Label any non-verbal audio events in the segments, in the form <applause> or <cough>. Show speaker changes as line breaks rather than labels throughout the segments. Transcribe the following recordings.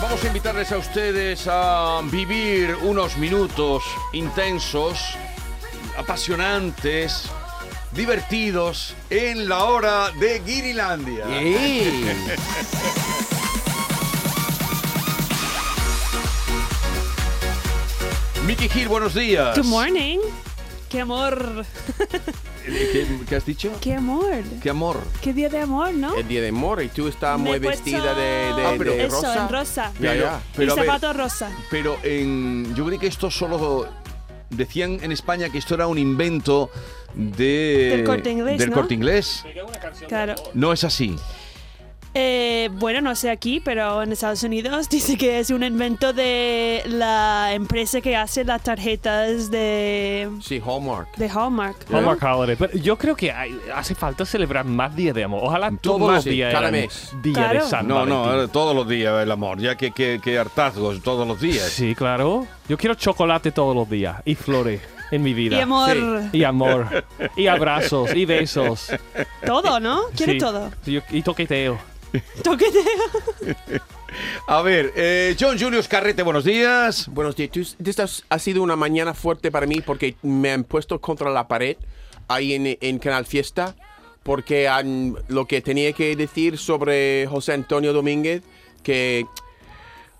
Vamos a invitarles a ustedes a vivir unos minutos intensos, apasionantes, divertidos en la hora de Guirilandia. <laughs> Mickey Gil, buenos días.
Good morning. Qué amor.
Eh, ¿Qué, qué has dicho?
Qué amor.
Qué amor.
Qué día de amor, ¿no?
El día de amor y tú estás
Me
muy
he puesto
vestida de, de-
Ah, pero-
de
Eso,
rosa.
en rosa.
Ya,
Pero-
ya.
pero a
y
ver,
zapato rosa.
Pero en, yo creí que esto solo decían en España que esto era un invento de
Del Corte Inglés,
del
¿no?
Corte Inglés.
Claro.
No es así.
Eh, bueno, no sé aquí, pero en Estados Unidos <laughs> dice que es un invento de la empresa que hace las tarjetas de,
Sí, Hallmark.
de Hallmark. ¿no?
Hallmark Holiday. Pero yo creo que hay- hace falta celebrar más días de amor. Ojalá todos
más,
los
sí,
días
cada
eran
mes.
Día
Claro.
de San
No, no,
Valentín.
ahora todos los días el amor, ya que, que, que hartazgos todos los días.
Sí, claro. Yo quiero chocolate todos los días y flores en mi vida.
Y amor.
Y amor. y abrazos y besos.
Todo, ¿no? Quiere
Sí.
todo. <laughs>
Sí, yo- Y toqueteo.
Toqueteo.
A ver, eh, John Julius Carrete, buenos días.
Buenos días. Tú, esta has- ha sido una mañana fuerte para mí porque me han puesto contra la pared ahí en, en Canal Fiesta porque han- lo que tenía que decir sobre José Antonio Domínguez que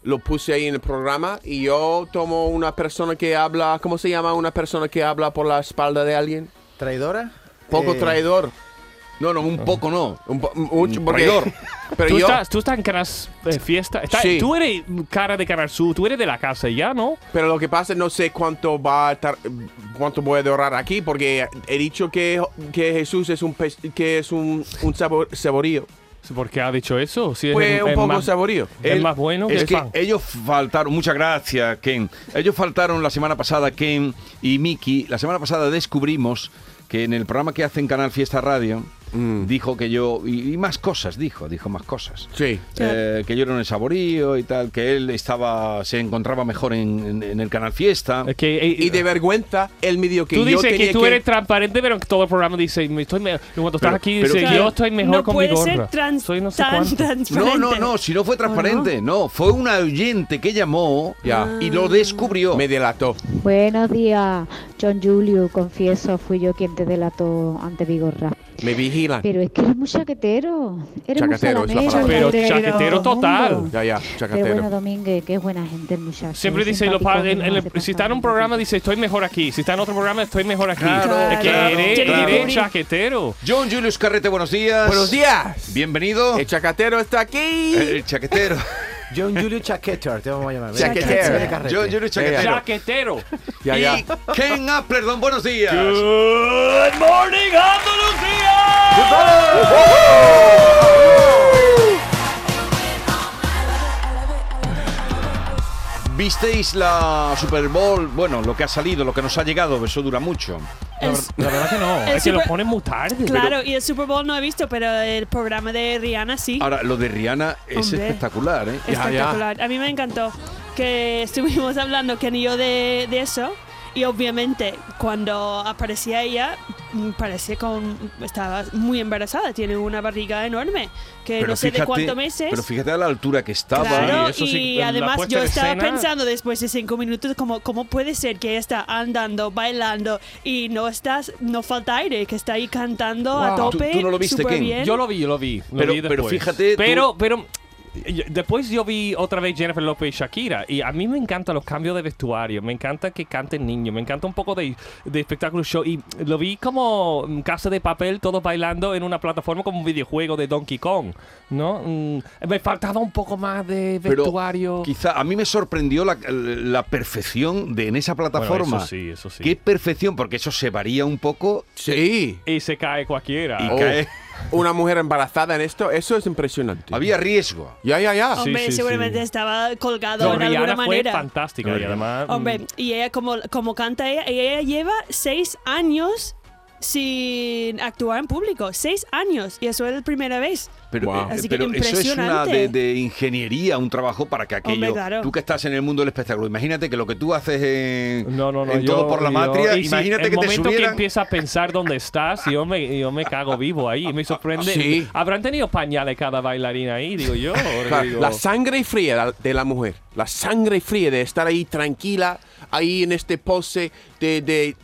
lo puse ahí en el programa y yo tomo una persona que habla, ¿cómo se llama? Una persona que habla por la espalda de alguien.
¿Traidora?
Poco
Eh,
traidor.
No, no, un poco no.
Un po- mucho, porque-
traidor.
<laughs> Pero
¿Tú,
yo,
estás, tú estás en Canas eh, Fiesta. Está-
Sí.
Tú eres cara de Canal Sur. Tú eres de la casa ya, ¿no?
Pero lo que pasa es no sé cuánto va a tar- cuánto voy a durar aquí porque he dicho que, que Jesús es un pes- que es un, un sabor, saborío.
¿Por qué ha dicho eso? Si es
Pues
el-
un
el
poco
más-
saborío.
Es más bueno que
es
el
que
pan.
ellos faltaron, muchas gracias, Ken. Ellos faltaron la semana pasada, Ken y Miki. La semana pasada descubrimos que en el programa que hacen Canal Fiesta Radio,
Mm.
dijo que yo. Y, y más cosas, dijo, dijo más cosas.
Sí.
Eh, que yo era en el saborío y tal, que él estaba, se encontraba mejor en, en- en el Canal Fiesta.
Es que, eh,
Y de vergüenza él me dijo que
tú
yo
dices
tenía
que tú eres transparente, pero en todo el programa dices, "Me estoy me- cuando estás
Pero-
aquí,
pero
dices,
que-
yo estoy mejor
no
con mi
puede
gorra.
ser trans,
Soy no sé
tan
cuánto.
No,
transparente.
no, no, si no fue transparente, no. fue una oyente que llamó
Ya.
y
Ah.
lo descubrió.
me delató.
Buenos días, John Julio. Confieso, fui yo quien te delató ante Vigorra.
Me vigilan.
Pero es que eres muy chaquetero. Eres muy
Chaquetero es la
salamero,
palabra.
Pero
chaquetero,
chaquetero
todo el
total.
mundo.
Ya, ya,
Pero bueno,
chacatero.
Domínguez, qué buena gente el muchacho.
Siempre
es
dice, lo
simpático,
pa- en-
no
en el-
hace pasar
si está en un
nada.
programa, dice, estoy mejor aquí. Si está en otro programa, estoy mejor aquí.
Claro,
es que
claro,
eres,
claro.
eres chaquetero.
John Julius Carrete, buenos días.
Buenos días.
Bienvenido.
El chacatero está aquí.
Eh,
El chaquetero.
John Julio Chaqueter, te vamos a llamar. ¿verdad?
Chaqueter.
Chaqueter de carrete.
John Julius Chaquetero.
Chaquetero.
ya, ya.
Y Ken Appler, don, buenos días.
Good morning, Andalucía.
¿Visteis la Super Bowl? Bueno, lo que ha salido, lo que nos ha llegado, eso dura mucho.
La,
El-
ver- la verdad que no.
el
es que lo
super-
ponen muy tarde.
Claro, y el Super Bowl no he visto, pero el programa de Rihanna sí.
Ahora, lo de Rihanna es
Hombre.
espectacular, ¿eh?
Ya, ya.
Espectacular. A mí me encantó que estuvimos hablando, Ken y yo, de, de eso. Y obviamente, cuando aparecía ella, mm, parecía con. Estaba muy embarazada, tiene una barriga enorme, que no sé de cuántos meses.
Pero fíjate a la altura que estaba.
Claro,
Sí, eso
y
sí, la
además
puesta
yo
en
estaba
escena.
pensando después de cinco minutos como cómo puede ser que ella está andando, bailando y no estás, no falta aire, que está ahí cantando a
Wow. ¿Tú-
tope.
tú no lo viste,
súper
Ken?
bien.
Yo lo vi, yo lo vi. lo
Pero-
vi
pero
después.
fíjate, tú-
Pero, pero yo- después yo vi otra vez Jennifer López y Shakira. Y a mí me encantan los cambios de vestuario. Me encanta que canten niños. Me encanta un poco de, de espectáculo show. Y lo vi como mm, casa de papel, todos bailando en una plataforma como un videojuego de Donkey Kong. ¿No? Mm, me faltaba un poco más de vestuario.
Quizá a mí me sorprendió la, la perfección de en esa plataforma.
Bueno, eso sí, eso sí.
Qué perfección, porque eso se varía un poco
Sí.
y se cae cualquiera.
y
Oh.
cae.
Una mujer embarazada en esto, eso es impresionante.
Había riesgo.
Ya, ya, ya.
Sí,
Hombre,
sí,
seguramente
sí.
estaba colgado
No,
de alguna
Rihanna fue
manera.
fantástica y además. mm,
Hombre, y ella como, como canta ella, y ella lleva seis años sin actuar en público. Seis años. Y eso es la primera vez.
Pero,
Wow.
eh,
Así que
pero eso es una de,
impresionante.
de ingeniería, un trabajo para que aquello.
Hombre, claro.
Tú que estás en el mundo del espectáculo, imagínate que lo que tú haces en,
No, no, no.
en
yo-
todo por la
yo-
matria,
y si-
imagínate que te
El momento que
subieran.
empieza a pensar dónde estás, yo me, yo me cago vivo ahí. Me sorprende.
Sí.
¿Habrán tenido pañales cada bailarina ahí? Digo yo. Ahora
Claro,
digo-
la sangre fría la- de la mujer, la sangre fría de estar ahí tranquila, ahí en este pose, de, de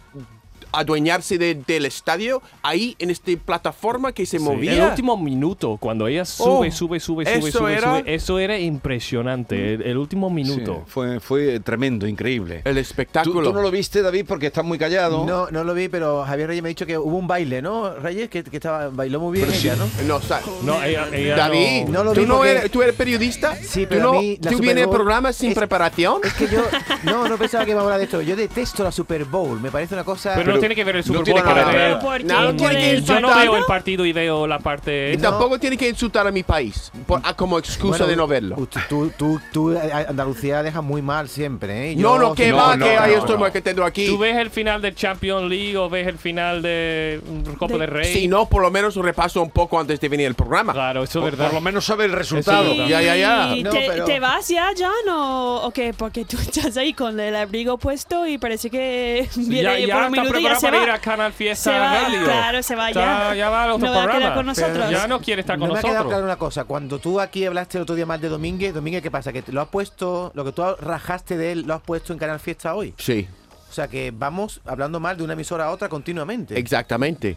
adueñarse de- del estadio, ahí en esta plataforma que se
Sí,
movía.
El último minuto, cuando ella sube,
Oh,
sube, sube, sube,
eso
sube,
era-
sube, Eso era impresionante. El, el último
Sí,
minuto.
fue, fue tremendo, increíble.
El
¿Tú,
espectáculo.
tú no lo viste, David, porque estás muy callado.
No, no lo vi, pero Javier Reyes me ha dicho que hubo un baile, ¿no? Reyes, que, que estaba, bailó muy bien ella, ¿no?
No, o sea,
No, ella- ella
David,
no-
No lo
¿tú,
vi
no
porque-
eres, ¿tú eres periodista?
Sí,
¿Tú
pero
no-
a mí la
¿Tú
Super
vienes al
Bowl
programa sin
es-
preparación?
Es que yo no, no pensaba que iba a hablar de esto. Yo detesto la Super Bowl. Me parece una cosa.
Pero, no tiene que ver el
no
Super
tiene
Bowl
que
para
ver.
ver.
Pero ¿por
Mm,
qué? No tiene que
yo no
insultar,
veo
¿no?
el eh, partido y veo la parte.
Y tampoco tiene que insultar a mi país por- ah, como excusa
Bueno,
de no verlo.
u- Tú, tú, tú, a- Andalucía deja muy mal siempre, ¿eh?
no, no, que
no,
va,
no,
que
no,
ahí
no.
estoy marquetando aquí.
¿Tú ves el final del Champions League o ves el final de mm, Copa
De-
del Rey?
Si no, por lo menos repaso un poco antes de venir el programa.
Claro, eso es
Por,
verdad.
por lo menos sabe el resultado.
Y-
Ya, ya, ya.
¿Te,
No, pero-
te vas ya, Jan? ¿O, o qué? Porque tú <laughs> estás ahí con el abrigo puesto y parece que
ya,
viene
ya
por un
está
minuto y ya
preparado
se
para ir
va.
a Canal Fiesta
Se va,
Radio.
claro, se va
Está-
ya.
va al otro
No va a
programa.
quedar con nosotros.
Ya no quiere estar con
no me ha
nosotros.
quedado claro una cosa. Cuando tú aquí hablaste el otro día mal de Domínguez, Domínguez, ¿qué pasa? Que te lo has puesto, lo que tú rajaste de él, lo has puesto en Canal Fiesta hoy.
Sí,
O sea que vamos hablando mal de una emisora a otra continuamente.
exactamente.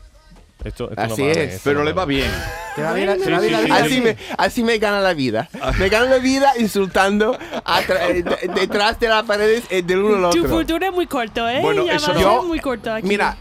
Esto- esto
Así
no vale,
es.
esto
Pero
no
le va
vale.
bien.
Te va bien la- te va bien la
sí,
vida
sí,
Así me, así me gana la
<laughs>
vida. Me gana la vida insultando atra- eh, de- detrás de las paredes eh, del uno al
Tu
otro.
futuro es muy corto, ¿eh?
Bueno,
ya
eso
va a
no.
ser
Yo-
muy corto aquí.
Mira,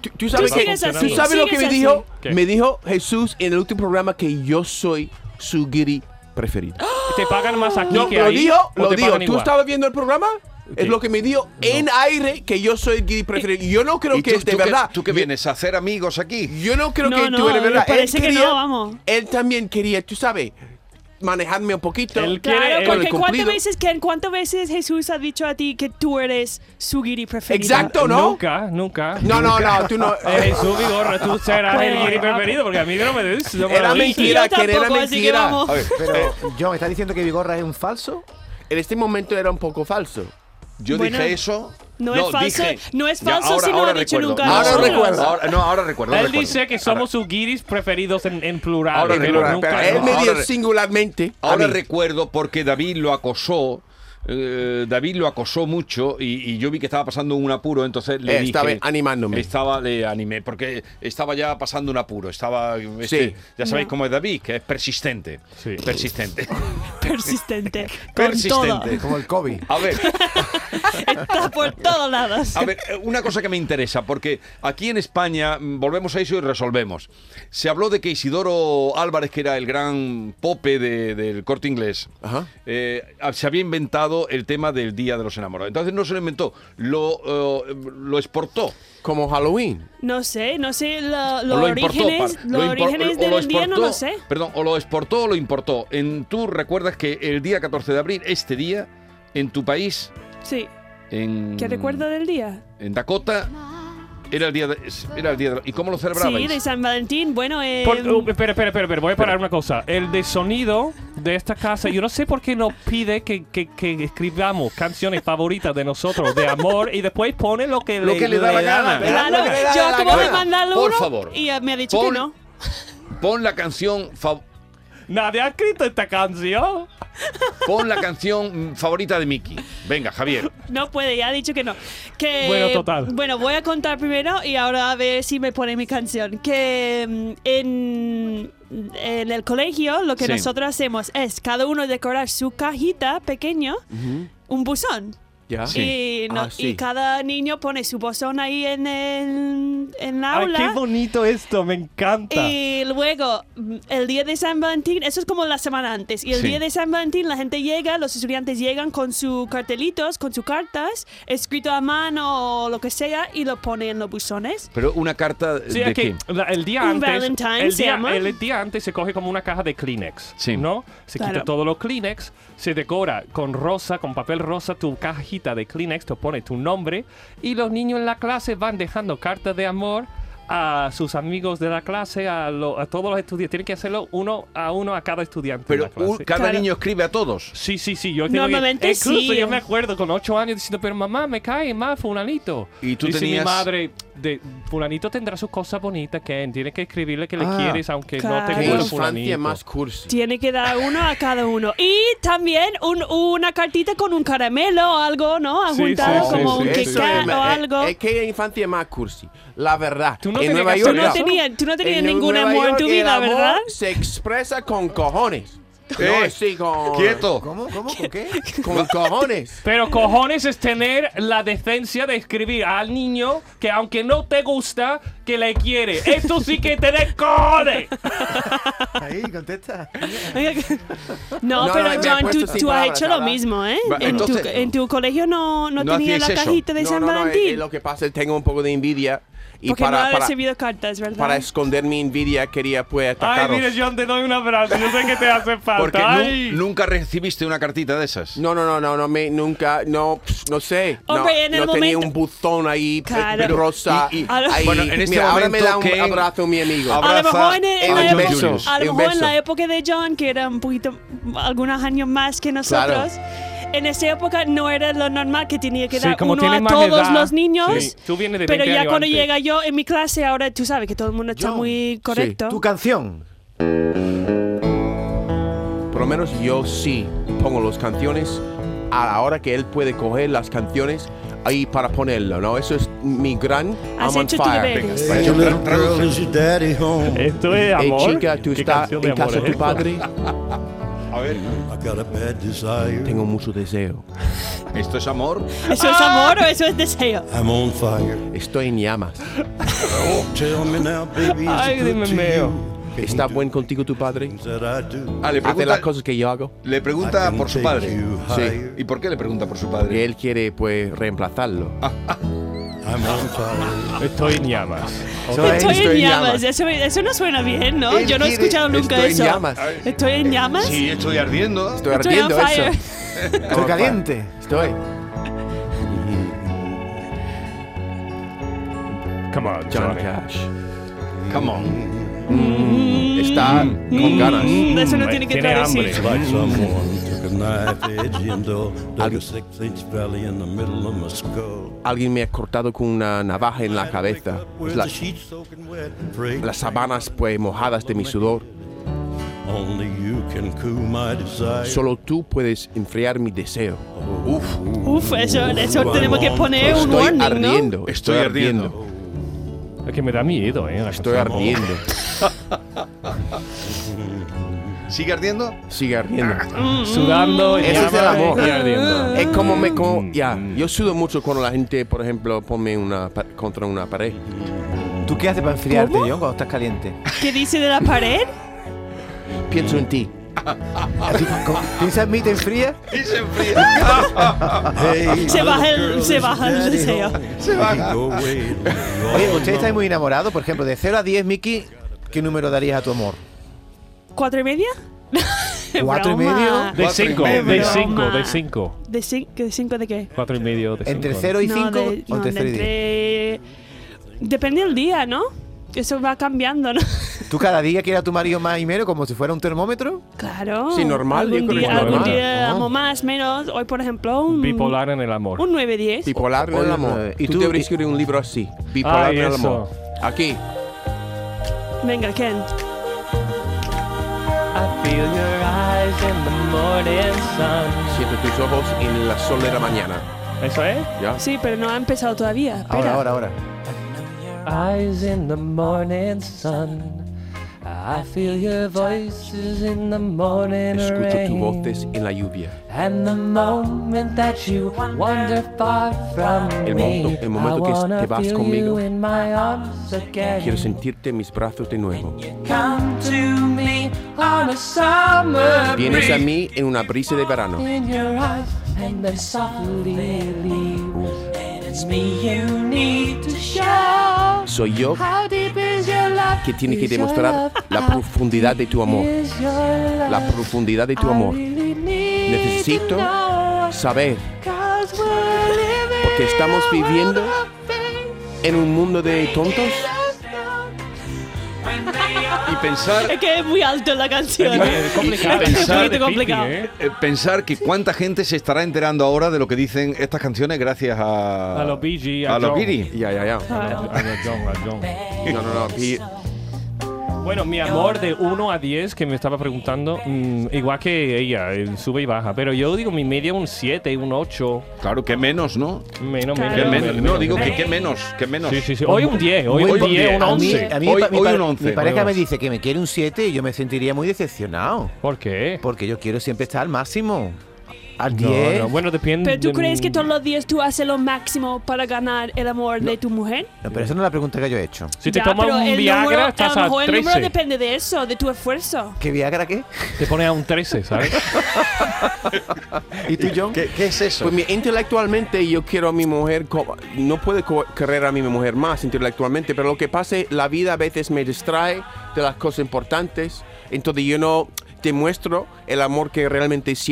tú, tú sabes,
Tú
que,
sigues
tú
así,
sabes lo que
sigues
me
así.
dijo.
¿Qué?
Me dijo Jesús en el último programa que yo soy su guiri preferido.
Te pagan más aquí
No,
que
lo
ahí,
dijo,
o
lo
te
dijo.
pagan
¿Tú
igual?
estabas viendo el programa? Es
Sí.
lo que me dijo en aire que yo soy el guiri preferido. Yo no creo
¿Y
que es de
qué-
verdad.
¿Tú que
Yo-
vienes a hacer amigos aquí?
Yo no creo
No,
que tú
no,
eres verdad.
parece
él
que
quería,
no, vamos.
Él también quería, tú sabes, manejarme un poquito.
Él
Claro,
quiere-
Con
porque
el
¿cuántas
cumplido.
veces, que, ¿cuántas veces Jesús ha dicho a ti que tú eres su guiri preferido?
Exacto, ¿no?
Nunca, nunca.
No, no, no, tú no.
<laughs> Eh, su vigor,
<laughs>
tú serás el
Bueno,
guiri
ah.
preferido, porque a mí no me dices. no me
Era
lo dices.
mentira,
yo
que era
tampoco, así que
mentira.
vamos.
A ver,
Pero, John, ¿estás diciendo que Vigorra es un falso?
En este momento era un poco falso.
yo
Bueno,
dije eso.
no es falso-
dije-
no es
Ya,
falso si no ha dicho nunca
a
Ahora
nosotros.
recuerdo. Ahora- no, ahora recuerdo.
Él
recuerdo.
dice que somos sus guiris preferidos en, en plural,
Ahora
pero
recuerda,
nunca.
espera,
¿no?
él me
ahora
dio
re-
singularmente. a
Ahora
mí.
recuerdo porque David lo acosó. eh, David lo acosó mucho y, y yo vi que estaba pasando un apuro, entonces le
Eh, estaba
dije-
animándome.
Estaba, le animé, porque estaba ya pasando un apuro. Estaba. este, Ya sabéis cómo es David, que es persistente.
Sí.
Persistente. <laughs>
Persistente.
persistente.
Con
Como el COVID.
A ver,
todo. Está por todos lados.
a ver, eh, una cosa que me interesa, porque aquí en España, mm, volvemos a eso y resolvemos. Se habló de que Isidoro Álvarez, que era el gran pope de- del corte inglés,
Ajá.
eh, se había inventado el tema del Día de los Enamorados. Entonces no se lo inventó, lo, eh, lo exportó.
Como Halloween.
No sé, no sé lo-
o
los
lo importó,
orígenes,
para-
los
lo impor-
orígenes
o lo
del día no lo
exportó,
sé.
Perdón, o lo exportó o lo importó. En, tú recuerdas que el día 14 de abril, este día, en tu país,
Sí.
en,
¿Qué recuerdo del día?
en Dakota, era el día de, era el día de- ¿Y cómo lo
Sí,
celebrabais?
de San Valentín. Bueno, eh,
Por- uh, espera, espera, espera, espera, voy a parar una cosa. El de sonido de esta casa, yo no sé por qué nos pide que, que- que escribamos canciones favoritas de nosotros, de amor, y después pone lo que,
Lo que le da la gana.
claro,
lo que le da
yo
la
acabo de
gana.
mandarle
Por
uno
favor.
y eh, me ha dicho
Pon-
que no.
Pon la canción fav-
Nadie ha escrito esta canción.
Pon la canción <laughs> mm, favorita de Miki. Venga, Javier.
No puede, ya ha dicho que no. Que,
Bueno, total.
Bueno, voy a contar primero y ahora a ver si me pone mi canción. Que mm, en, en el colegio lo que
Sí.
nosotros hacemos es cada uno decorar su cajita pequeño, un buzón.
¿Ya?
Sí.
Y, no-
Ah, sí.
y cada niño pone su buzón ahí en el en la
Ay,
aula.
qué bonito esto, me encanta.
Y luego, mm, el día de San Valentín, eso es como la semana antes. Y el
Sí.
día de San Valentín, la gente llega, los estudiantes llegan con sus cartelitos, con sus cartas, escrito a mano o lo que sea, y lo ponen en los buzones.
Pero una carta
Sí,
de
es que
qué?
la- el día
Un
antes.
Valentine
el,
se
día,
llama.
el día antes se coge como una caja de Kleenex.
Sí.
¿No? Se quita
Claro.
todos los Kleenex, se decora con rosa, con papel rosa, tu cajita de Kleenex, te pones tu nombre y los niños en la clase van dejando cartas de amor a sus amigos de la clase, a, lo- a todos los estudiantes. Tienen que hacerlo uno a uno a cada estudiante. de
Pero
la clase.
un- cada
Claro.
niño escribe a todos.
Sí, sí, sí. Yo tengo que-
Normalmente
incluso
sí.
yo me acuerdo con ocho años diciendo, pero mamá, me cae más fulanito.
Y tú
Dice
tenías-
mi madre, de, fulanito tendrá sus cosas bonitas, Ken. Tienes que escribirle que le
Ah.
quieres, aunque no
Claro.
te
Qué
gusta
infancia
fulanito.
más cursi.
Tiene que dar uno a cada uno. Y también un- una cartita con un caramelo o algo, ¿no? Ha
Sí,
juntado
sí,
como
sí,
un
sí,
Kit
eso
Kat
es,
o
eh,
algo.
eh, qué infancia más cursi. La verdad.
Tú no
en
tenías
Nueva
que
York,
hacer
tú, no
eso.
tenías, tú no tenías
en
ningún
Nueva
amor en tu
York el
vida,
amor
¿verdad?
Se expresa con
<laughs>
cojones. No
Eh,
así con.
Quieto.
¿Cómo? ¿Cómo? ¿Con qué?
Con cojones.
Pero cojones es tener la decencia de escribir al niño que aunque no te gusta, que le quiere. Esto sí que tener
<laughs>
cojones.
Ahí, contesta.
<laughs> No,
No,
pero
no, me he
John, tú,
puesto sin
tú has
palabras,
hecho lo
¿verdad?
mismo, ¿eh?
Va,
En, tu,
entonces-
en tu colegio no, no,
No
tenía la
hacíais eso.
cajita de
No,
San
no, no, eh,
Valentín.
eh, lo que pasa es que tengo un poco de envidia. Y
porque
para,
no ha
para,
recibido cartas, ¿verdad?
para esconder mi envidia quería pues
Ay,
atacaros.
mira, John, te doy un abrazo. Yo sé que te hace falta.
Porque nu-
Ay.
nunca recibiste una cartita de esas.
No, no, no, no, no me, nunca, no, pff, no sé. No,
Hombre, en el
no tenía
momento-
un buzón ahí, pe-
Claro.
rosa.
Y- y-
A lo-
ahí.
Bueno, en este
Mira, ahora me
momento
da un
que-
abrazo mi amigo.
Ahora-
a lo
abraza
mejor, en, en
a
la
John
época-
Julius.
a lo
En
mejor en la
besos.
época de John, que era un poquito, algunos años más que nosotros, en esa época no era lo normal que tenía que
Sí,
dar
como
uno
tiene
a
más
todos
edad.
los niños.
Sí, tú vienes de
Pero
20
ya
años
cuando
antes.
llega yo en mi clase, ahora tú sabes que todo el mundo está
John,
muy correcto.
Tu canción.
Por lo menos yo sí pongo las canciones a la hora que él puede coger las canciones ahí para ponerlo, ¿no? Eso es mi gran
Has
I'm on
hecho tu
fire. Eh,
deber.
Venga,
Sí.
para
Hey,
eso
little
tra-
girl,
traduce.
is your daddy home?
Esto es
Hey,
amor.
Eh, chica, tú
¿Qué
estás
canción de
en
amor
casa
es
de tu
esta?
padre.
A ver,
I got a bad desire.
Tengo mucho deseo.
esto es amor.
¿Eso es amor o eso es deseo?
I'm on fire.
Estoy en llamas.
Tell me now, baby, is
Ay,
it good
dime
to
meo.
you?
¿Está buen contigo tu padre?
Things that I do.
Ah, le
¿Hace las
pregunta,
cosas que yo hago?
le pregunta
I can
por su
take
padre.
you
Sí.
higher.
¿Y por qué le pregunta por su
Porque
padre?
él quiere, pues, reemplazarlo.
Ah, I'm on fire.
Estoy en llamas.
Eso es.
Estoy, en
Estoy en
llamas.
llamas.
Eso, eso no suena bien, ¿no?
Él
Yo no he
quiere-
escuchado nunca
Estoy
eso.
en llamas.
¿Estoy en llamas?
Sí, estoy ardiendo.
Estoy
Estoy on
ardiendo
fire.
eso.
Estoy caliente.
Estoy.
Come on,
Johnny
Johnny.
Cash.
Come on.
Está con ganas.
Mm, Eso no tiene que
Tiene
traducir.
hambre.
Like someone took a knife edge and all, dug a six-inch valley in the middle of my skull.
Alguien me ha cortado con una navaja en la cabeza. Es la- las sábanas pues mojadas de mi sudor.
Only you can cool my desire.
Solo tú puedes enfriar mi deseo.
Uf, eso, eso tenemos que poner un
Estoy
warning,
ardiendo.
Estoy
Estoy,
ardiendo.
ardiendo.
Oh. Es que me da miedo, eh. la
Estoy
canción.
ardiendo.
¿Sigue ardiendo?
Sigue ardiendo.
<laughs> Sudando. Mm. en
Ese es
llamas
el amor.
Y ardiendo.
Es como me como, ya, yo sudo mucho cuando la gente, por ejemplo, ponme una pa- contra una pared.
¿Tú qué haces para enfriarte,
¿Cómo?
John, cuando estás caliente?
¿no? ¿Qué dice de la pared?
Pienso en ti.
¿Piensas en mí, te enfrías?
Y se enfría.
Hey,
Se baja el, se baja el deseo.
se baja. Go away.
Oye, ¿ustedes estáis muy enamorados? Por ejemplo, de 0 a 10, Miki, ¿qué número darías a tu amor?
¿Cuatro y media?
¿Cuatro y
Broma.
medio?
De
Cuatro y
5,
medio.
de 5,
Broma.
de 5.
¿De, cin- que de cinco de qué?
4 y medio, de 5.
¿Entre 0 y 5
no, de,
o
no,
entre
de
0 y 10?
entre- Depende del día, ¿no? Eso va cambiando, ¿no? <laughs>
¿Tú cada día quieres a tu marido más y menos como si fuera un termómetro?
Claro.
Sí, normal, yo
Algún
creo que
día,
es
algún
normal.
día
Ah.
amo más, menos. Hoy, por ejemplo, un,
Bipolar en el amor.
un 9-10.
Bipolar en
Oye,
el amor.
¿y
eh, tú,
tú?
deberías escribir un libro así. Bipolar
Ay,
en el
eso.
amor. Aquí.
Venga, Ken.
I feel your eyes eyes in the morning sun.
Siente tus ojos en la sol de la mañana.
¿Eso es?
¿Ya?
Sí, pero no ha empezado todavía.
Ahora,
Espera.
ahora, ahora.
Eyes in the morning sun. I feel your voices in the morning
Escucho tus
rain.
voces en la lluvia.
And the moment that you wander far from
El momento-
me,
el momento que
I
es-
wanna
te vas
feel
conmigo.
you in my arms again.
Quiero sentirte en mis brazos de nuevo.
Come to me on a summer
Vienes a
breeze.
mí en una brisa de verano.
in your eyes and then softly leave. And it's me you need to show.
Soy yo
How deep is your love?
que tiene que
Is your
demostrar
love?
la
How
profundidad de tu amor.
deep is your love?
La profundidad de tu
I
amor.
really need
Necesito
to know,
Saber
'cause we're living
Porque estamos
in a world
viviendo
of things
en un mundo de tontos.
Y pensar,
Es que es muy alto la canción.
Es complicado.
Es un
Pensar-
poquito complicado.
eh, pensar que cuánta gente se estará enterando ahora de lo que dicen estas canciones gracias a...
A los Bee Gees,
A
a
los
John.
Bee Gees.
Ya, ya, ya. No, no, no. Y
Bueno, mi amor de 1 a 10 que me estaba preguntando, mm, igual que ella, eh, sube y baja, pero yo digo mi media un 7, un ocho,
Claro, que menos, ¿no?
menos,
Claro.
Que
menos,
menos.
menos,
No, digo que
menos.
qué menos, que menos.
Sí, sí, sí. Hoy un 10, Eh, hoy,
Muy
un
buen
10,
día.
un
A mí-
11.
a mí- Hoy-
mi,
hoy
pa-
un once.
mi pareja
Hoy
me
once.
dice que me quiere un 7 y yo me sentiría muy decepcionado.
¿Por qué?
Porque yo quiero siempre estar al máximo. Al
No,
10.
no, bueno, depende.
¿Pero tú crees
mm.
que todos los días tú haces lo máximo para ganar el amor de tu mujer?
No, pero esa no es la pregunta que yo he hecho.
Si te
Ya,
tomas
pero
un
el
Viagra,
número-
estás
a lo
a
mejor el número
13.
depende de eso, de tu esfuerzo.
¿Qué Viagra qué?
Te pones a un 13, ¿sabes?
<laughs>
¿Y tú, John?
¿Qué, qué es eso?
Pues mira, intelectualmente yo quiero a mi mujer, co- no puedo co- querer a mi mujer más intelectualmente, pero lo que pasa es la vida a veces me distrae de las cosas importantes, entonces yo no demuestro el amor que realmente siento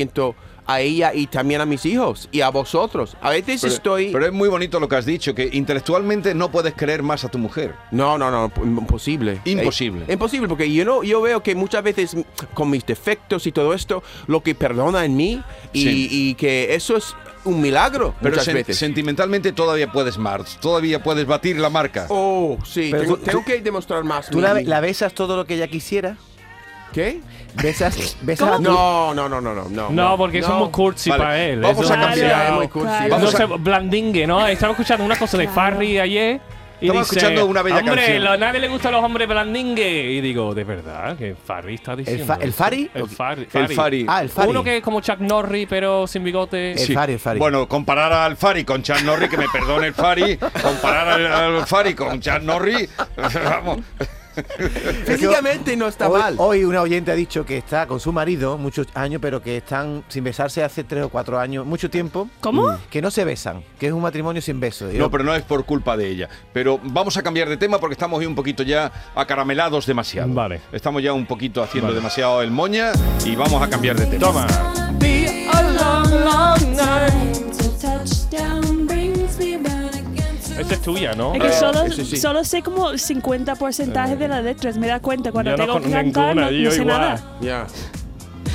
a ella y también a mis hijos y a vosotros. A veces
Pero-
estoy...
Pero es muy bonito lo que has dicho, que intelectualmente no puedes creer más a tu mujer.
No, no, no, im- imposible.
Imposible.
Eh, imposible, porque yo no, yo veo que muchas veces m- con mis defectos y todo esto, lo que perdona en mí y,
Sí.
y que eso es un milagro
Pero
muchas
sen-
veces.
sentimentalmente todavía puedes más, todavía puedes batir la marca.
Oh, sí,
Pero
tengo,
tú-
tengo
tú-
que demostrar más.
¿Tú
mi-
la,
mi-
la besas todo lo que ella quisiera?
¿Qué?
¿Besas, besas a
No,
tu-
no, no, no, no, no.
no, porque
no.
somos cursi
Vale,
para él.
vamos
eso
a
es
cambiar,
demasiado.
es muy cursi.
Claro.
No
Vamos
sé,
a-
blandingue, ¿no? Estaba escuchando una cosa de Farry ayer. Y
Estaba
dice,
escuchando una bella
hombre,
canción".
lo- a nadie le gustan los hombres blandingue. Y digo, de verdad, que Farry está diciendo.
fa- el
eso?
Fari?
El Fari.
el Fari.
Ah, el Fari.
Uno que es como Chuck Norris, pero sin bigote.
El Fari, el Fari.
Bueno, comparar al Fari con Chan Norris, que me perdone el Fari, comparar al, al Fari con Chan Norris, <laughs> vamos.
este
Físicamente no está
hoy,
mal.
hoy una oyente ha dicho que está con su marido muchos años, pero que están sin besarse hace tres o cuatro años, mucho tiempo. Mm.
¿Cómo?
Que no se besan, que es un matrimonio sin besos.
Eh,
Yo-
No, pero no es por culpa de ella. Pero vamos a cambiar de tema porque estamos hoy un poquito ya acaramelados demasiado.
Vale.
Estamos ya un poquito haciendo demasiado el moña y vamos a cambiar de tema. Toma.
Esa es tuya, ¿no?
Es que solo,
ese sí.
solo sé como 50 de las letras. Me da cuenta cuando
Yo no
tengo
con
que cantar,
ninguna,
no,
yo
no sé
igual.
nada.
Ya.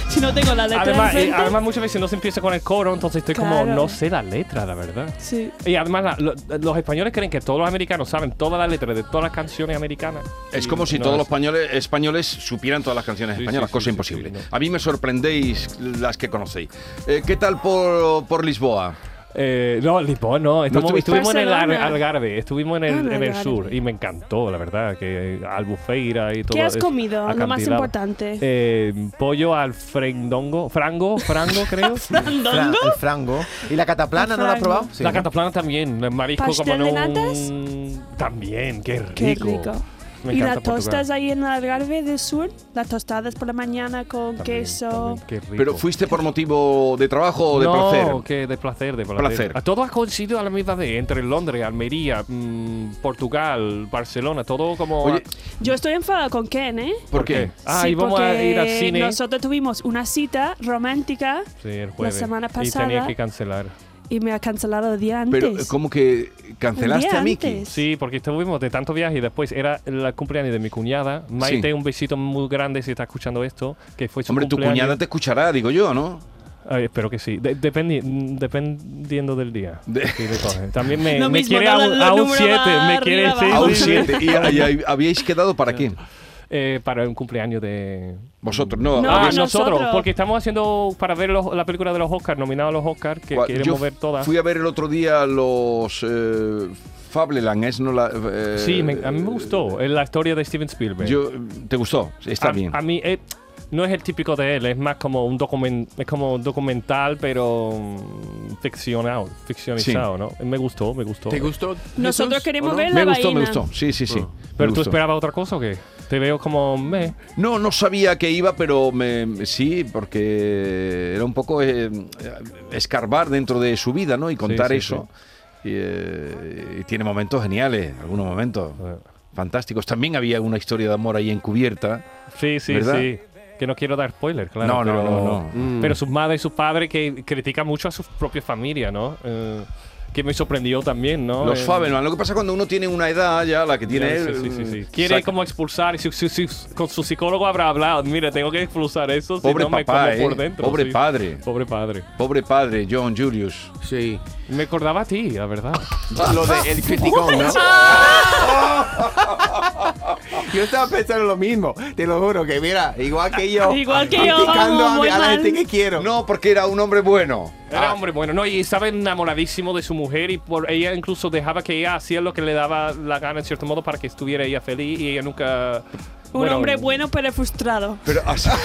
Si no tengo la letra
Además, eh,
enfrente-
además, muchas veces no se empieza con el coro, entonces estoy como,
Claro.
no sé la letra, la verdad. <laughs>
Sí.
Y además, la- lo- los españoles creen que todos los americanos saben todas las letras de todas las canciones americanas.
Es
Y
como si
no
todos
es-
los españoles, españoles supieran todas las canciones
Sí,
españolas,
sí, sí,
cosa
sí,
imposible.
sí, sí,
A mí me sorprendéis las que conocéis. Eh, ¿Qué tal por, por Lisboa?
Eh, no, Lisboa no. Estamos-
estuviste?
estuvimos en el Al-
Barcelona.
Algarve, estuvimos en el,
Ah,
en el
Algarve.
sur y me encantó, la verdad, que Albufeira y todo.
¿Qué has
es-
comido? Lo más
acantilado.
importante.
Eh, pollo al frendongo, frango, frango
<laughs>
creo.
Fra-
¿Andando?
el frango. ¿Y la cataplana
El
no la has
frango.
probado? Sí,
La
¿no?
cataplana también, el marisco
¿Pastel
como no.
de
un- También, qué rico.
Qué rico.
Me
y
encanta
las
Portugal.
tostas ahí en el Algarve del Sur, las tostadas por la mañana con
También,
queso.
también, qué rico.
¿Pero fuiste por motivo de trabajo o de
no,
placer?
que de placer, de placer.
Placer.
A todo ha coincidido a la misma vez, entre Londres, Almería, mm, Portugal, Barcelona, todo como...
Oye,
Yo estoy enfadada con Ken, ¿eh?
¿por qué?
Ah,
Sí,
y vamos a
porque
ir al cine.
Nosotros tuvimos una cita romántica
Sí, el jueves.
la semana
Y tenía
pasada.
que cancelar.
y me ha cancelado el día antes.
Pero, ¿cómo que cancelaste
El día
a Miki?
antes.
Sí, porque estuvimos de tanto viaje y después era el cumpleaños de mi cuñada. Maite, un besito muy grande si está escuchando esto, que fue su
Hombre, tu
cumpleaños.
cuñada te escuchará, digo yo, ¿no?
Ay, espero que sí. De- dependi- mm, dependiendo del día.
De-
Sí, le coge. También
<laughs>
me,
Lo
me
mismo,
quiere
no,
a
la-
un-
la
a un
número
7.
va
Me quiere
arriba,
sí,
A
abajo.
un
sí, sí.
7. ¿Y, y- y habíais quedado para qué?
eh, para un cumpleaños de.
Vosotros, no.
No,
ah,
habéis-
nosotros,
nosotros.
porque estamos haciendo para ver los- la película de los Oscars, nominada a los Oscars, que
Gua- yo
queremos ver todas.
Fui a ver el otro día los eh, Fableland, es no la. eh,
sí, me- a mí me gustó. Es la historia de Steven Spielberg.
Yo, ¿Te gustó? Está
a,
bien.
A mí eh, no es el típico de él, es más como un document, es como un documental, pero mm, ficcionado, ficcionizado, ¿no? Me gustó, me gustó.
¿Te gustó?
Nosotros
Jesús,
queremos
o no?
ver
me
la
gustó, me
vaina.
gustó. Sí, sí, sí. me
Ah. ¿Pero tú
gustó.
esperabas otra cosa o qué? Te veo como meh.
No, no sabía que iba, pero me, sí, porque era un poco eh, escarbar dentro de su vida, ¿no? Y contar
sí,
eso. Y, eh, y tiene momentos geniales, algunos momentos
Ah.
fantásticos. También había una historia de amor ahí encubierta.
Sí, sí,
¿Verdad?
sí. Que no quiero dar spoiler, claro.
No, no,
pero, Mm.
no, no.
Pero sus madres y sus padres que critican mucho a su propia familia, ¿no? Eh, que me sorprendió también, ¿no?
Los
Eh,
Fabelman. Lo que pasa cuando uno tiene una edad ya, la que
Sí,
tiene él.
sí, sí, sí.
eh,
Quiere
saca-
como expulsar. y su- su- su- con su psicólogo habrá hablado. Mira, tengo que expulsar eso.
Pobre
si no
papá,
me como
¿eh?
por dentro.
Pobre
sí.
padre.
Pobre padre.
Pobre padre, John Julius.
Sí.
Me acordaba a ti, la verdad.
Lo de el criticón, ¿no? yo estaba pensando lo mismo, te lo juro, que mira, igual que yo.
Igual que yo,
Criticando
vamos,
a,
muy
a la
mal.
gente que quiero.
No, porque era un hombre bueno.
Era hombre bueno, no, y estaba enamoradísimo de su mujer y por ella incluso dejaba que ella hacía lo que le daba la gana en cierto modo para que estuviera ella feliz y ella nunca...
Un hombre bueno pero frustrado.
Pero hasta,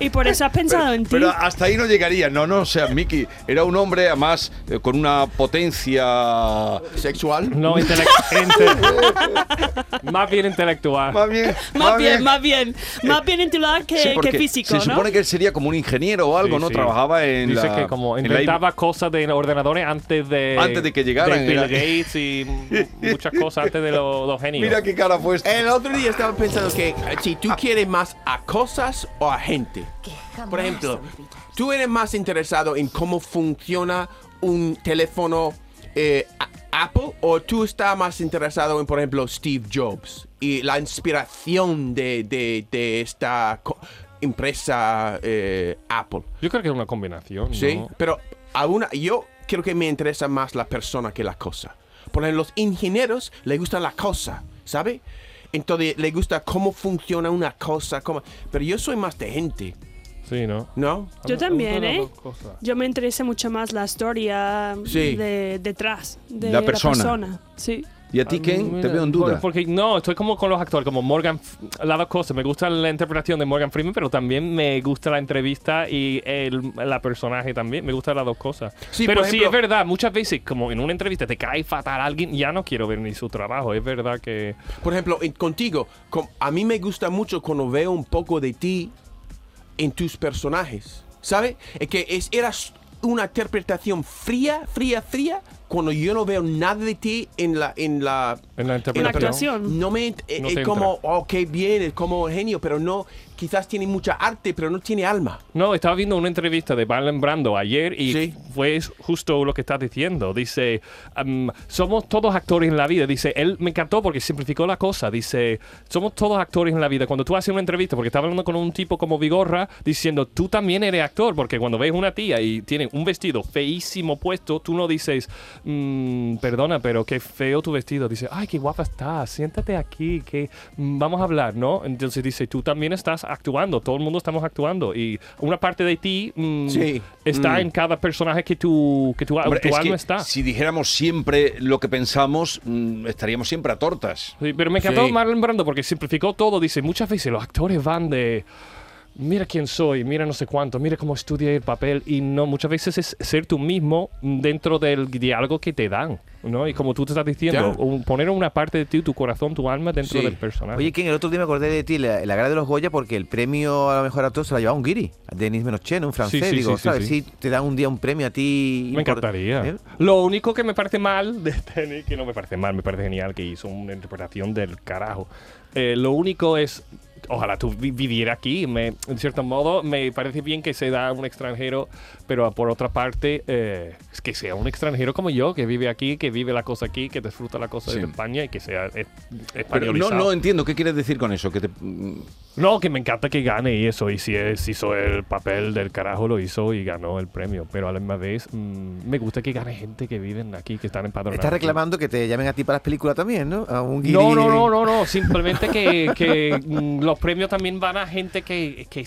Y por eso has pensado en ti.
pero ah, hasta ahí no llegaría. No, no, o sea, Mickey era un hombre además eh, con una potencia.
¿Sexual?
No, intele- <laughs> inte- <laughs> más bien intelectual.
Más
<laughs>
bien.
Más bien, más bien. Más bien intelectual que,
Eh, Sí,
que
porque
físico,
Se
¿no?
supone que él sería como un ingeniero o algo,
Sí,
¿no?
sí.
Trabajaba en.
Dice
la-
que como
en la-
inventaba cosas de ordenadores antes de...
Antes de que llegaran,
de Bill
era-
Gates y
<laughs>
m- muchas cosas antes de lo- los genios.
Mira qué cara ha puesto.
Eh,
El otro día estaba pensando que eh, si tú quieres más a cosas o a gente. Por ejemplo, tú eres más interesado en cómo funciona un teléfono eh, a- Apple o tú estás más interesado en, por ejemplo, Steve Jobs y la inspiración de, de- de esta co- empresa eh, Apple.
Yo creo que es una combinación.
Sí,
¿no?
pero a una, yo creo que me interesa más la persona que la cosa. Por ejemplo, los ingenieros les gusta la cosa, ¿sabe? Entonces les gusta cómo funciona una cosa, cómo- pero yo soy más de gente,
Sí, ¿no?
¿no?
A mí me
también,
gustan las
¿eh?
dos cosas.
Yo me interesa mucho más la historia mm,
Sí.
de detrás de
La
la
persona.
persona. Sí.
¿Y a ti,
Ah,
Ken? Te
mira,
veo en duda.
por- Porque no, estoy como con los actores, como Morgan. F- Las dos cosas. Me gusta la interpretación de Morgan Freeman, pero también me gusta la entrevista y el, la personaje también. Me gustan las dos cosas.
Sí,
pero
por
sí, es
ejemplo-
verdad. Muchas veces, como en una entrevista te cae fatal a alguien, ya no quiero ver ni su trabajo. Es verdad que.
Por ejemplo, en- contigo, com- a mí me gusta mucho cuando veo un poco de ti en tus personajes, ¿sabe? Es que es, eras una interpretación fría, fría, fría, cuando yo no veo nada de ti en la, en la,
En la
en
interpretación.
la
actuación.
No me, eh,
No
eh,
te
como, oh, qué bien, es como genio, pero no, quizás tiene mucha arte, pero no tiene alma.
No, estaba viendo una entrevista de Marlon Brando ayer y
Sí.
fue es- justo lo que estás diciendo. Dice, am, somos todos actores en la vida. Dice, él me encantó porque simplificó la cosa. Dice, somos todos actores en la vida. Cuando tú haces una entrevista, porque estaba hablando con un tipo como Vigorra, diciendo, tú también eres actor, porque cuando ves una tía y tiene un vestido feísimo puesto, tú no dices, "Mm, perdona, pero qué feo tu vestido. Dice, ay, qué guapa estás, siéntate aquí, que mm, vamos a hablar, ¿no? Entonces dice, tú también estás actuando, todo el mundo estamos actuando y una parte de ti mm,
Sí.
está en cada personaje que tú, que tú,
Hombre,
tu
es
alma
que
está.
Si dijéramos siempre lo que pensamos, mm, estaríamos siempre a tortas.
Sí, pero me encantó
Sí.
Marlon Brando porque simplificó todo. Dice, muchas veces los actores van de... Mira quién soy, mira no sé cuánto, mira cómo estudia el papel. Y no, muchas veces es ser tú mismo dentro del diálogo que te dan, ¿no? Y como tú te estás diciendo,
Ya.
un- poner una parte de ti, tu corazón, tu alma dentro
Sí.
del personaje.
Oye, Ken, el otro día me acordé de ti en la, en la gala de los Goya porque el premio a la mejor actor se lo ha llevado un guiri, a Denis Menochet, un francés.
Sí, sí, sí,
Digo,
sí,
¿sabes?
sí.
Si te dan un día un premio a ti.
Me
import-
encantaría.
¿Eh?
Lo único que me parece mal de este <laughs> Tenet, que no me parece mal, me parece genial que hizo una interpretación del carajo. Eh, lo único es ojalá tú vi- vivieras aquí. Me- en cierto modo, me parece bien que se da a un extranjero, pero ah, por otra parte, eh, es que sea un extranjero como yo, que vive aquí, que vive la cosa aquí, que disfruta la cosa
Sí.
de España y que sea es-
Pero no,
españolizado.
no entiendo qué quieres decir con eso. Que te, mm,
No, que me encanta que gane y eso. Y si es, hizo el papel del carajo, lo hizo y ganó el premio. Pero a la misma vez, mm, me gusta que gane gente que viven aquí, que están empadronados.
Estás reclamando que te llamen a ti para las películas también, ¿no? A un
No,
guiri-
no, no, no, no. Simplemente que, que, mm, los premios también van a gente que. que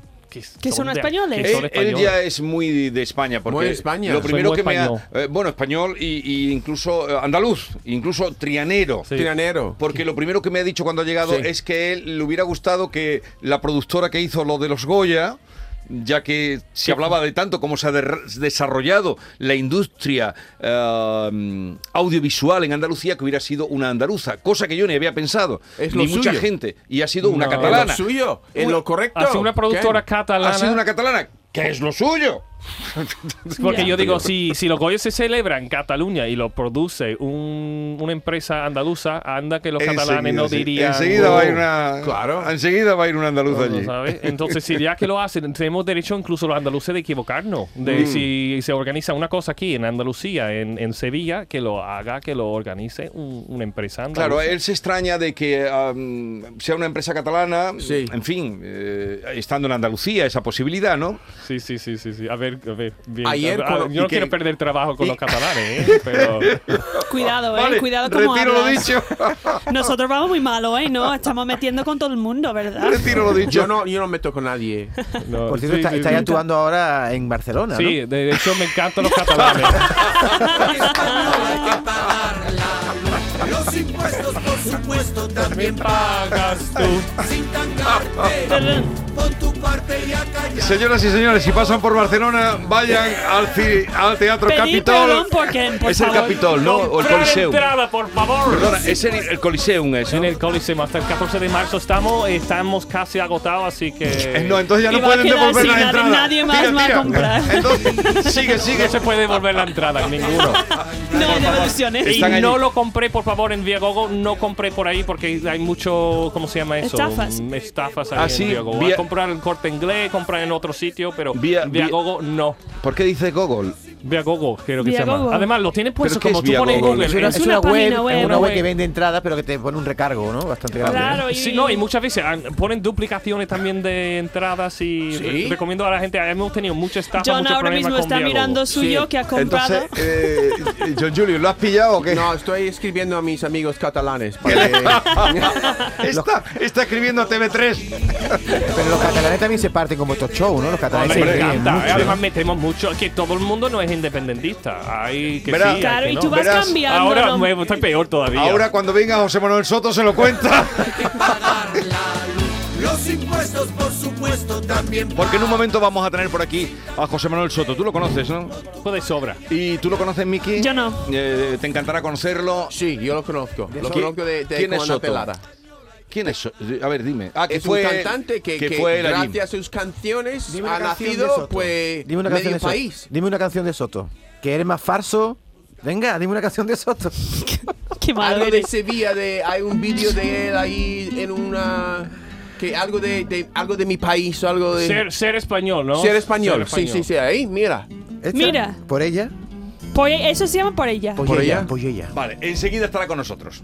que,
son
de-
españoles.
que son
eh, él, él
españoles.
ya es muy de España. Porque
Muy de España.
Lo
Soy
primero
muy
que me ha-
español.
eh, bueno, español y, y incluso eh, andaluz, incluso trianero.
Sí.
Tiranero.
Porque lo primero que me ha dicho cuando ha llegado
Sí.
es que él le hubiera gustado que la productora que hizo lo de los Goya, ya que se hablaba de tanto como se ha der- desarrollado la industria eh, audiovisual en Andalucía, que hubiera sido una andaluza, cosa que yo ni había pensado,
Es
ni
lo
mucha
suyo.
gente, y ha sido una
En
No.
Ah, lo
catalana.
suyo, en lo correcto.
Así una productora
Ken.
catalana.
Ha sido una catalana, que es lo suyo.
Porque
Ya.
yo digo, si, si los Goyos se celebran en Cataluña y lo produce un- una empresa andaluza, anda que los catalanes no
Enseguida, sí.
dirían. "Oh".
Enseguida
"Wow".
va a ir una.
Claro.
Enseguida va a ir una andaluza allí.
¿sabes? Entonces, si ya que lo hacen, tenemos derecho incluso los andaluces de equivocarnos. De
Mm.
si se organiza una cosa aquí en Andalucía, en, en Sevilla, que lo haga, que lo organice un- una empresa andaluza.
Claro, él se extraña de que am, sea una empresa catalana,
Sí.
en fin, eh, estando en Andalucía, esa posibilidad, ¿no?
Sí, sí, sí, sí, sí. A ver, a ver. bien.
Ayer
A- a-
cuando-
yo no
y que-
quiero perder
<laughs>
trabajo con los catalanes, ¿eh? pero
Cuidado, eh.
Ah, Vale,
Cuidado como
retiro lo
hablas.
dicho.
<laughs>
<laughs>
Nosotros vamos muy malo, eh. No, estamos metiendo con todo el mundo, ¿verdad?
<laughs> retiro lo dicho.
Yo no, yo no meto con nadie.
no,
Por cierto,
sí,
está-
sí,
estáis
sí.
actuando ahora en Barcelona,
Sí, de- de hecho me encantan
<laughs>
los catalanes. También pagas tú.
Señoras y señores, si pasan por Barcelona, vayan al, ci- al Teatro
Pedid
Capitol.
perdón porque, por
es el
favor.
Capitol, ¿no? O el
Comprar
Coliseum.
entrada, por favor.
Perdona, es el, el Coliseum, eso.
En el Coliseum hasta el 14 de marzo estamos, estamos casi agotados, así que
Eh, No, entonces ya no
Y va a
pueden
quedar
devolver
sin
la
nadie-
entrada.
nadie más
Tira,
va a
tira.
comprar.
Entonces, sigue, sigue.
no se puede devolver
<laughs>
la entrada ninguno.
No hay devoluciones.
Y
Están allí.
no lo compré, por favor, en Viagogo, no compré por ahí porque hay mucho, ¿cómo se llama eso?
Estafas.
Mm, Estafas ahí
Ah, sí,
en Viagogo.
via-
A comprar en Corte Inglés, comprar en otro sitio, pero
Via- via-
Viagogo no.
¿Por qué dice Gogol?
Viagogo, creo que se
Viagogo.
llama. Además, lo tienes puesto
¿Pero qué
como
es
tú pones en
Viagogo?
Google.
Es una,
eh,
Es
es
una
una web,
página
es
web.
una web que
web.
vende entradas, pero que te pone un recargo, ¿no? Bastante grande.
Claro, y.
Sí, no, y muchas veces ah, ponen duplicaciones también de entradas y
Sí.
re- recomiendo a la gente, hemos tenido mucha estafa,
John
muchos
ahora
problemas
mismo
con
está
Viagogo.
mirando suyo que ha comprado.
Entonces, eh, John Julio, ¿lo has pillado o qué?
No, estoy escribiendo a mis amigos catalanes
<laughs>
para que-
Está, está escribiendo a TV3.
Pero los catalanes también se parten con vuestros shows, ¿no? Los catalanes
Hombre,
se
me
ríen
encanta,
mucho.
eh, además metemos mucho, que todo el mundo no es independentista. Hay que
Verá,
sí, hay
Claro,
que
y
no.
tú vas
Verás,
cambiando.
Ahora
¿no?
me estoy peor todavía.
Ahora cuando venga José Manuel Soto se lo
<laughs>
cuenta. Porque en un momento vamos a tener por aquí a José Manuel Soto. Tú lo conoces, ¿no?
Puede sobra.
¿Y tú lo conoces, Miki?
Yo no.
Eh, te encantará conocerlo.
Sí, yo lo conozco. Lo
¿Qui-
conozco de, de
quién es
con
Soto?
Pelada.
¿Quién es? So- A ver, dime. Ah, que
es
fue
un cantante que, que
fue el Arim.
gracias a sus canciones
Dime una
ha
canción de
nacido
Soto.
pues
Dime una canción
medio
de Soto.
país.
Dime una canción de Soto. Que eres más farso. Venga, dime una canción de Soto.
Qué malo
Algo de
eres.
Sevilla, de, hay un vídeo de él ahí en una que algo de, de- algo de mi país, algo de
Ser, ser español, ¿no?
Ser español. Sí, sí, sí, ahí, mira.
Esta,
Mira.
Por ella.
Por- e- eso se llama por ella.
Por,
Por
ella.
ella.
Por ella.
Vale, enseguida estará con nosotros.